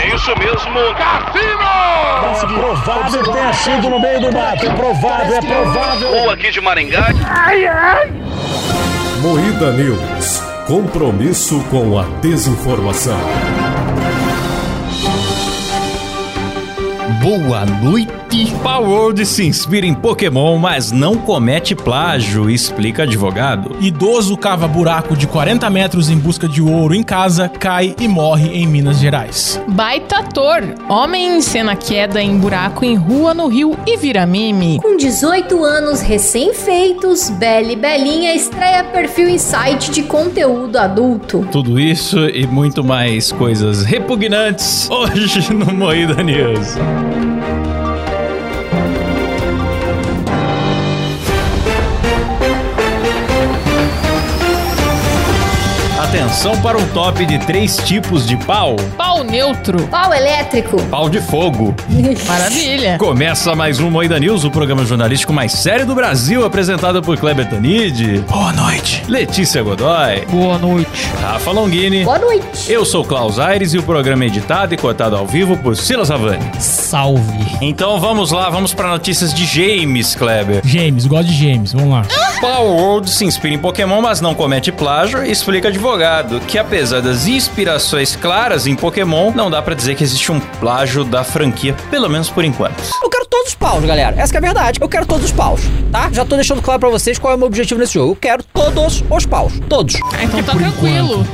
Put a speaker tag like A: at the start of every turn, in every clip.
A: É isso mesmo, Cassino!
B: É provável que tenha sido no meio do mato. É provável, é provável.
A: Ou aqui de Maringá.
C: Moída News. Compromisso com a desinformação.
D: Boa noite. Palworld se inspira em Pokémon, mas não comete plágio, explica advogado.
E: Idoso cava buraco de 40 metros em busca de ouro em casa, cai e morre em Minas Gerais.
F: Baita ator. Homem encena queda em buraco em rua no Rio e vira meme.
G: Com 18 anos recém-feitos, Belle Belinha estreia perfil em site de conteúdo adulto.
D: Tudo isso e muito mais coisas repugnantes hoje no Moída News. Atenção para um top de três tipos de pau.
F: Pau neutro.
G: Pau elétrico.
D: Pau de fogo.
F: Maravilha.
D: Começa mais um Moída News, o programa jornalístico mais sério do Brasil, apresentado por Kleber Tanid,
E: Boa noite.
D: Letícia Godoy,
H: Boa noite.
D: Rafa Longini.
G: Boa noite.
D: Eu sou Klaus Aires e o programa é editado e cortado ao vivo por Silas Havani.
H: Salve.
D: Então vamos lá, vamos para notícias de James Kleber.
E: James, gosto de James, vamos lá.
D: Power World se inspira em Pokémon, mas não comete plágio, explica advogado, que apesar das inspirações claras em Pokémon, não dá pra dizer que existe um plágio da franquia, pelo menos por enquanto.
I: Eu quero todos os paus, galera. Essa que é a verdade. Eu quero todos os paus, tá? Já tô deixando claro pra vocês qual é o meu objetivo nesse jogo. Eu quero todos os paus. Todos.
F: É que tá tranquilo.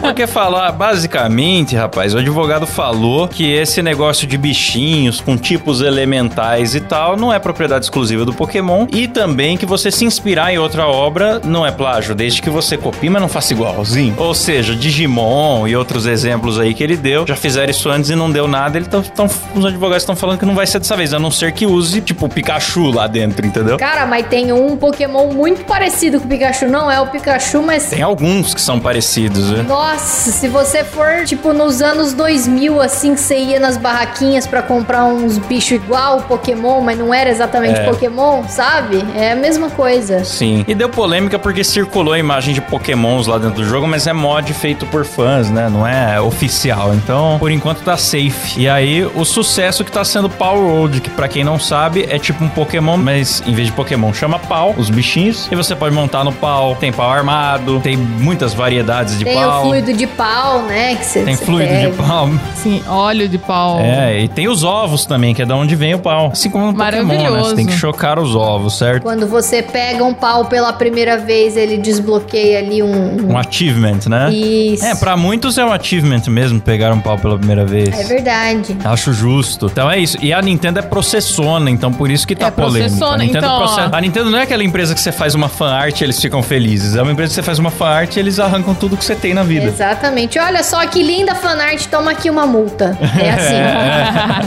D: Porque falar, basicamente, rapaz, o advogado falou que esse negócio de bichinhos com tipos elementais e tal não é propriedade exclusiva do Pokémon e também que você se inspirar em outra obra não é plágio, desde que você copie, mas não faça igualzinho. Ou seja, Digimon e outros exemplos aí que ele deu, já fizeram isso antes e não deu nada, ele tão, tão- os advogados estão falando que não vai ser dessa vez, a não ser que use, tipo, o Pikachu lá dentro, entendeu?
G: Cara, mas tem um Pokémon muito parecido com o Pikachu. Não é o Pikachu, mas.
D: Tem alguns que são parecidos, né?
G: Nossa, se você for, tipo, nos anos 2000, assim, que você ia nas barraquinhas pra comprar uns bichos igual Pokémon, mas não era
D: É.
G: exatamente Pokémon, sabe? É a mesma coisa.
D: Sim. E deu polêmica porque circulou a imagem de pokémons lá dentro do jogo, mas é mod feito por fãs, né? Não é oficial. Então, por enquanto tá safe. E aí, o sucesso que tá sendo Power Road, que pra quem não sabe, é tipo um Pokémon, mas em vez de Pokémon chama pau, os bichinhos. E você pode montar no pau. Tem pau armado, tem muitas variedades de
G: Tem
D: pau.
G: o fluido de pau, né? Que você
D: Tem
G: você
D: fluido
G: pega.
D: de pau.
F: Sim, óleo de pau.
D: É, e tem os ovos também, que é da onde vem o pau. Assim como no Pokémon, né? Você
F: Maravilhoso.
D: tem que chocar os ovos, certo?
G: Quando você pega um pau pela primeira vez, ele desbloqueia ali um.
D: Um achievement, né?
G: Isso.
D: É, pra muitos é um achievement mesmo pegar um pau pela primeira vez.
G: É verdade.
D: Acho justo. Então é isso. E a Nintendo é processona, então por isso que tá
F: É
D: polêmico. A
F: processona,
D: Nintendo,
F: então,
D: proce-
F: ó.
D: a Nintendo não é aquela empresa que você faz uma fanart e eles ficam felizes. É uma empresa que você faz uma fanart e eles arrancam tudo que você tem na vida.
G: Exatamente. Olha só que linda fanart, toma aqui uma multa. É assim.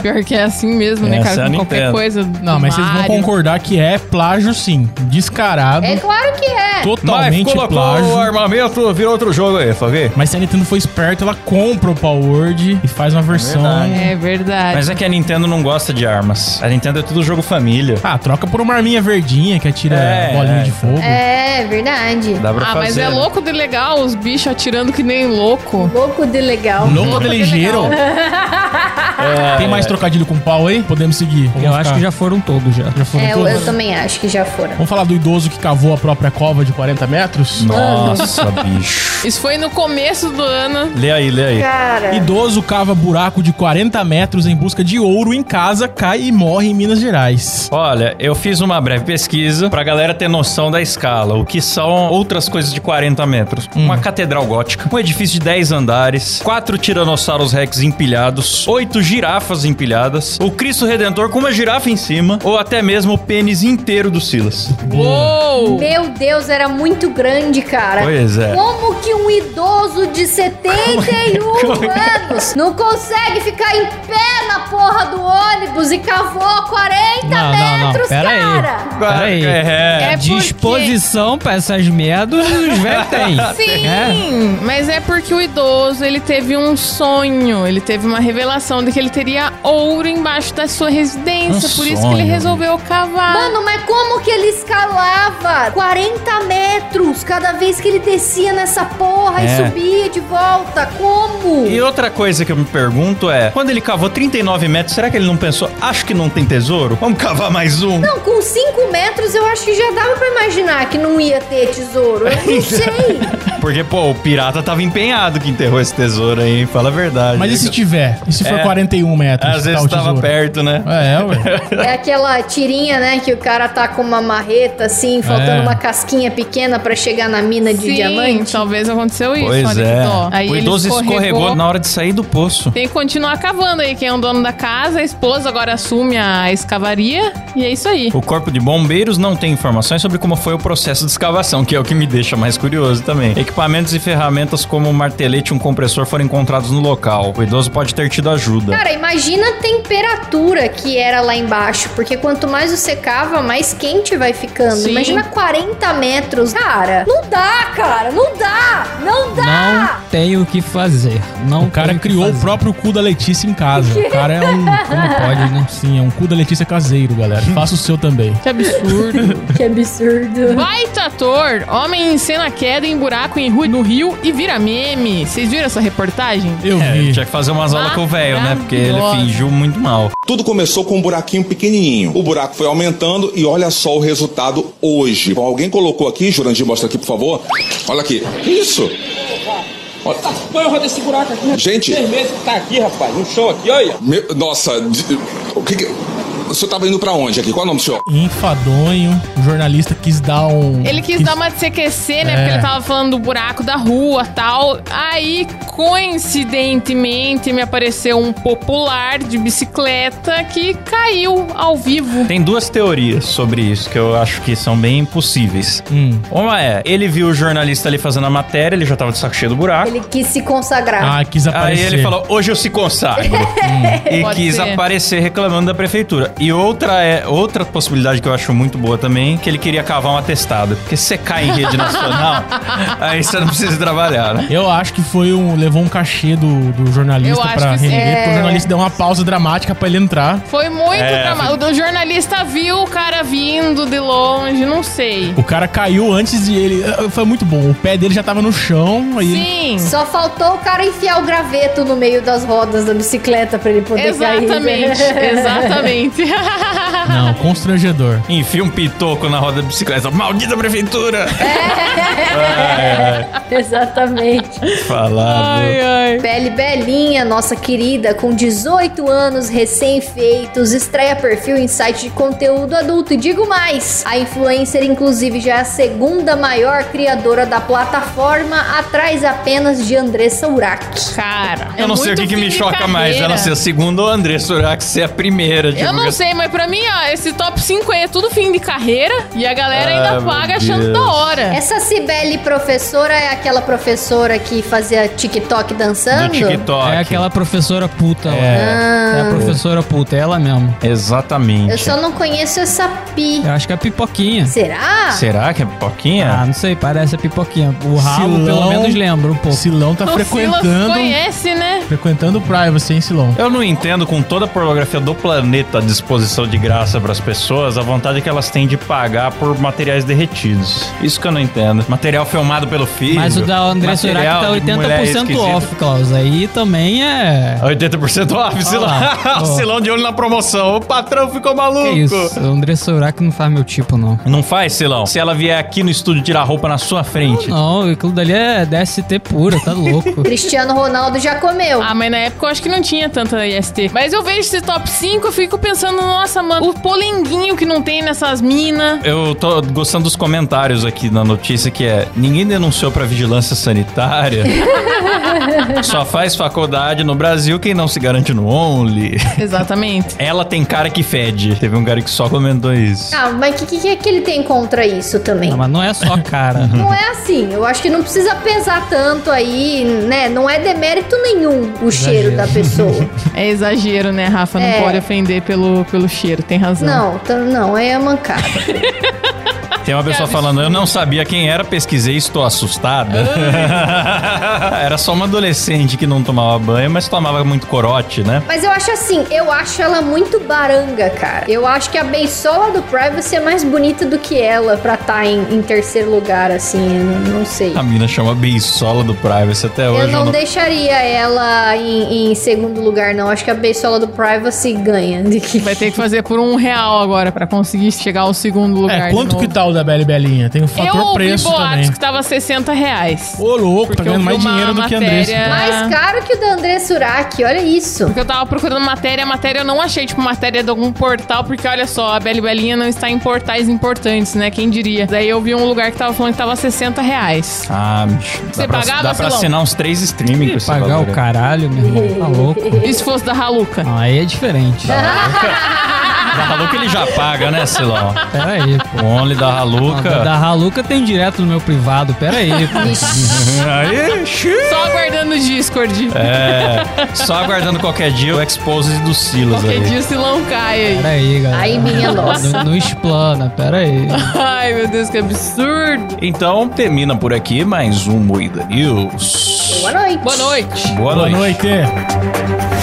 F: Pior que é assim mesmo, né,
D: Essa
F: cara?
D: é a
F: Com qualquer
D: Nintendo.
F: coisa.
E: Não, Ah, mas vocês vão
F: Mario.
E: concordar que é plágio sim. Descarado.
G: é claro que é.
E: Totalmente
D: colocou o
E: plágio.
D: armamento, virou outro jogo aí, Fabê.
E: Mas se a Nintendo for esperta, ela compra o Power Word e faz uma versão.
D: Verdade.
F: É verdade.
D: Mas é que a Nintendo não gosta de armas. A Nintendo é tudo jogo família.
E: Ah, troca por uma arminha verdinha que atira
D: É,
E: bolinha
D: é.
E: de fogo.
G: É verdade.
D: Dá pra
F: Ah,
D: fazer.
F: mas é
D: né?
F: louco de legal os bichos atirando que nem louco.
G: Louco de legal.
E: Louco de ligeiro. Tem mais trocadilho com pau aí? Podemos seguir. Vamos
H: Eu acho
E: ficar-
H: que já foram todos já.
E: já foram
G: É, eu,
E: todos?
G: eu também acho que já foram.
E: Vamos falar do idoso que cavou a própria cova de 40 metros?
D: Nossa, bicho.
F: Isso foi no começo do ano.
D: Lê aí, lê aí.
G: Cara.
E: Idoso cava buraco de 40 metros em busca de ouro em casa, cai e morre em Minas Gerais.
D: Olha, eu fiz uma breve pesquisa pra galera ter noção da escala, o que são outras coisas de 40 metros. Uma catedral gótica, um edifício de 10 andares, quatro tiranossauros rex empilhados, oito girafas empilhadas, o Cristo Redentor com uma girafa em cima, ou até mesmo o pênis inteiro do Silas.
F: Uou!
G: Meu Deus, era muito grande, cara.
D: Pois é.
G: Como que um idoso de 71
D: Como
G: anos não consegue ficar em pé na porra do ônibus e cavou 40
H: Não, não, não.
G: metros,
H: Pera aí.
G: cara?
H: Pera aí.
D: É.
F: É porque-
H: Disposição pra essas merdas, os velhos têm.
F: Sim,
H: É.
F: mas é porque o idoso, ele teve um sonho, ele teve uma revelação de que ele teria ouro embaixo da sua residência.
D: Um
F: por isso
D: sonho.
F: que ele resolveu cavar.
G: Mano, mas como que ele escalava 40 metros cada vez que ele descia nessa porra
D: É.
G: e subia de volta? Como?
D: E outra coisa que eu me pergunto é: quando ele cavou 39 metros, será que ele não pensou, acho que não tem tesouro? Vamos cavar mais um?
G: Não, com 5 metros eu acho que já dava pra imaginar que não ia ter tesouro. Eu não sei.
D: Porque, pô, o pirata tava empenhado que enterrou esse tesouro aí, hein? fala a verdade.
E: Mas e se tiver? E se for
D: É.
E: 41 metros?
D: Às
E: que tá
D: vezes
E: o
D: tava
E: tesouro?
D: perto, né?
E: É, ué.
G: É aquela tirinha, né, que o cara tá com uma marreta assim, faltando
E: É.
G: uma casquinha pequena pra chegar na mina de
F: Sim,
G: diamante.
F: Talvez aconteceu isso,
D: Pois
F: olha
D: é.
F: que dó. Aí
D: o
F: ele
D: idoso escorregou.
F: escorregou
D: na hora de sair do poço.
F: Tem que continuar cavando aí. Quem é o dono da casa, a esposa agora assume a escavaria. E é isso aí.
D: O corpo de bombeiros não tem informações sobre como foi o processo de escavação, que é o que me deixa mais curioso também. Equipamentos e ferramentas como um martelete e um compressor foram encontrados no local. O idoso pode ter tido ajuda.
G: Cara, imagina a temperatura que era lá embaixo, porque quanto mais você cava, mais quente vai ficando.
F: Sim.
G: Imagina 40 metros. Cara, não dá, cara, não dá, não dá.
H: Não tem o que fazer. Não
E: O cara
H: tem que
E: criou o
H: fazer.
E: próprio cu da Letícia em casa. O cara é um. Como pode, né? Sim, é um cu da Letícia caseiro, galera. Faça o seu também.
F: Que absurdo.
G: Que absurdo.
F: Baita ator. Homem encena queda em buraco em ru- no rio e vira meme. Vocês viram essa reportagem?
E: Eu
D: É,
E: vi.
D: tinha que fazer umas aulas com o velho,
F: Ah,
D: né? Porque ele
F: Maravilhosa.
D: fingiu muito mal.
J: Tudo começou com um buraquinho pequenininho. O buraco foi aumentando e olha só o resultado hoje. Bom, alguém colocou aqui, Jurandir, mostra aqui, por favor. Olha aqui. Isso! Olha.
I: né?
J: Gente,
I: Tá aqui, rapaz, no chão aqui, olha.
J: meu- nossa, de- o que que... O senhor tava indo pra onde aqui? Qual é o nome do senhor?
E: Enfadonho. O jornalista quis dar um.
F: Ele quis dar uma de CQC, né?
E: É.
F: Porque ele tava falando do buraco da rua tal. Aí, coincidentemente, me apareceu um popular de bicicleta que caiu ao vivo.
D: Tem duas teorias sobre isso que eu acho que são bem possíveis.
E: Hum.
D: Uma é, ele viu o jornalista ali fazendo a matéria, ele já tava de saco cheio do buraco.
G: Ele quis se consagrar.
E: Ah, quis
D: Aí
E: aparecer.
D: ele falou, hoje eu se consagro. e
F: Hum. Pode
D: quis
F: ser.
D: aparecer reclamando da prefeitura. E outra é outra possibilidade que eu acho muito boa também, que ele queria cavar um atestado. Porque se você cai em rede nacional, aí você não precisa trabalhar, né?
E: Eu acho que foi um. Levou um cachê do, do jornalista
F: Eu acho
E: pra
F: que sim.
E: render, porque o
F: É.
E: jornalista deu uma pausa dramática pra ele entrar.
F: Foi muito
D: É,
F: dramático. O jornalista viu o cara vindo de longe, não sei.
E: O cara caiu antes de ele. Foi muito bom. O pé dele já tava no chão. Aí ele-
F: Sim.
G: Só faltou o cara enfiar o graveto no meio das rodas da bicicleta pra ele poder
F: Exatamente,
G: cair. né?
F: exatamente.
E: Não, constrangedor.
D: Enfia um pitoco na roda da bicicleta. Maldita prefeitura!
G: Exatamente.
F: É.
D: Falado.
F: ai, ai.
G: Pele Belinha, nossa querida, com 18 anos, recém-feitos, estreia perfil em site de conteúdo adulto. E digo mais, a influencer, inclusive, já é a segunda maior criadora da plataforma, atrás apenas de Andressa Urach.
F: Cara,
D: Eu
F: é
D: não sei o
F: muito
D: que, que me
F: fim de
D: choca mais,
F: carreira.
D: ela ser a segunda ou a André Surak ser é a primeira.
E: Tipo,
F: Eu não sei, mas pra mim, ó, esse top 5 aí é tudo fim de carreira e a galera
D: Ah,
F: ainda
D: meu
F: paga achando
D: Deus.
F: da hora.
G: Essa Cibele professora é aquela professora que fazia TikTok
D: Do
G: dançando?
D: TikTok.
H: É aquela professora puta lá.
D: É.
F: Ah.
H: É a professora puta, é ela mesmo.
G: Eu
D: Exatamente.
G: só não conheço essa Pi.
H: Eu acho que é a pipoquinha.
G: Será?
D: Será que é
H: Ah,
D: pipoquinha?
H: não sei, parece a pipoquinha. O rabo,
E: Silão-
H: pelo menos, lembra um
E: O
H: pouco.
E: Silão tá
F: O Silas
E: frequentando.
F: conhece, né?
E: Frequentando o Privacy, hein, Silão?
D: Eu não entendo com toda a pornografia do planeta à disposição de graça pras pessoas, a vontade que elas têm de pagar por materiais derretidos. Isso que eu não entendo. Material filmado pelo filho.
H: Mas o da André Surak
D: material
H: tá
D: de mulher
H: 80%
D: esquisita.
H: off, Klaus. Aí também é.
D: 80% off, Silão.
H: lá.
D: o Silão de olho na promoção. O patrão ficou maluco.
H: Que é isso? O André Surak não faz meu tipo, não.
D: Não faz, Silão. Se ela vier aqui no estúdio tirar a roupa na sua frente.
H: Não, aquilo dali é DST pura, tá louco.
G: Cristiano Ronaldo já comeu.
F: Ah, mas na época eu acho que não tinha tanta IST. Mas eu vejo esse top 5 eu fico pensando, nossa, mano, o polenguinho que não tem nessas minas.
D: Eu tô gostando dos comentários aqui na notícia que é: ninguém denunciou pra vigilância sanitária. Só faz faculdade no Brasil quem não se garante no Only.
F: Exatamente.
D: Ela tem cara que fede. Teve um cara que só comentou isso.
G: Ah, mas o que, que é que ele tem contra isso também?
H: Não, mas não é só cara.
G: Não é assim, eu acho que não precisa pesar tanto aí, né? Não é demérito nenhum o cheiro da pessoa.
F: É exagero, né, Rafa? Não
G: É.
F: pode ofender pelo, pelo cheiro, tem razão.
G: não, tá- não, é mancada.
D: Tem uma pessoa
F: absurdo.
D: falando, eu não sabia quem era, pesquisei, estou assustada.
G: Ah.
D: era só uma adolescente que não tomava banho, mas tomava muito corote, né?
G: Mas eu acho assim, eu acho ela muito baranga, cara. Eu acho que a beisola do Privacy é mais bonita do que ela pra estar em, em terceiro lugar, assim, eu não, não sei.
D: A mina chama Beisola do Privacy até hoje.
G: Eu não deixaria ela em, em segundo lugar, não. Acho que a beisola do Privacy ganha.
F: Vai ter que fazer por um real agora pra conseguir chegar ao segundo lugar.
E: É,
F: de
E: quanto
F: novo.
E: que tá o da Beli Belinha? Tem o
F: Eu
E: fator
F: ouvi
E: preço
F: boatos
E: também.
F: que tava 60 reais.
E: Ô, louco, tá
F: Porque eu
E: ganhando
F: vi
E: mais
F: uma
E: dinheiro do que
F: matéria-
E: Andressa. então.
G: Mais caro que o da André Suraki, olha isso.
F: Porque eu tava procurando matéria, a matéria eu não achei, tipo, matéria de algum portal, porque olha só, a Beli Belinha não está em portais importantes, né? Quem diria? Daí eu vi um lugar que tava falando que tava 60 reais.
D: Ah, bicho. Dá
F: Você
D: pra,
F: pagava,
D: dá pra
F: Silão?
D: assinar uns três streaming com esse
H: Pagar
D: valor
H: o
D: aí.
H: caralho, meu irmão. Tá louco.
F: E se fosse da Haluca?
H: Não, aí é diferente.
F: Tá.
D: Da Haluca ele já paga, né, Silão?
H: Pera aí, pô.
D: O Only da
H: Não, Da,
D: Haluca.
H: da Haluca tem direto no meu privado. Pera aí, pô.
D: Aí, xiii.
F: Só aguardando o Discord.
D: é, só aguardando qualquer dia o expose do Silas
F: Qualquer
D: aí.
F: dia o Silão cai aí.
H: Pera aí, galera.
G: Ai, minha nossa.
H: Não, não explana, pera aí.
F: Ai, meu Deus, que absurdo.
D: Então termina por aqui mais um Moída News.
G: Boa noite.
F: Boa noite.
D: Boa
E: Boa
D: noite.
E: noite.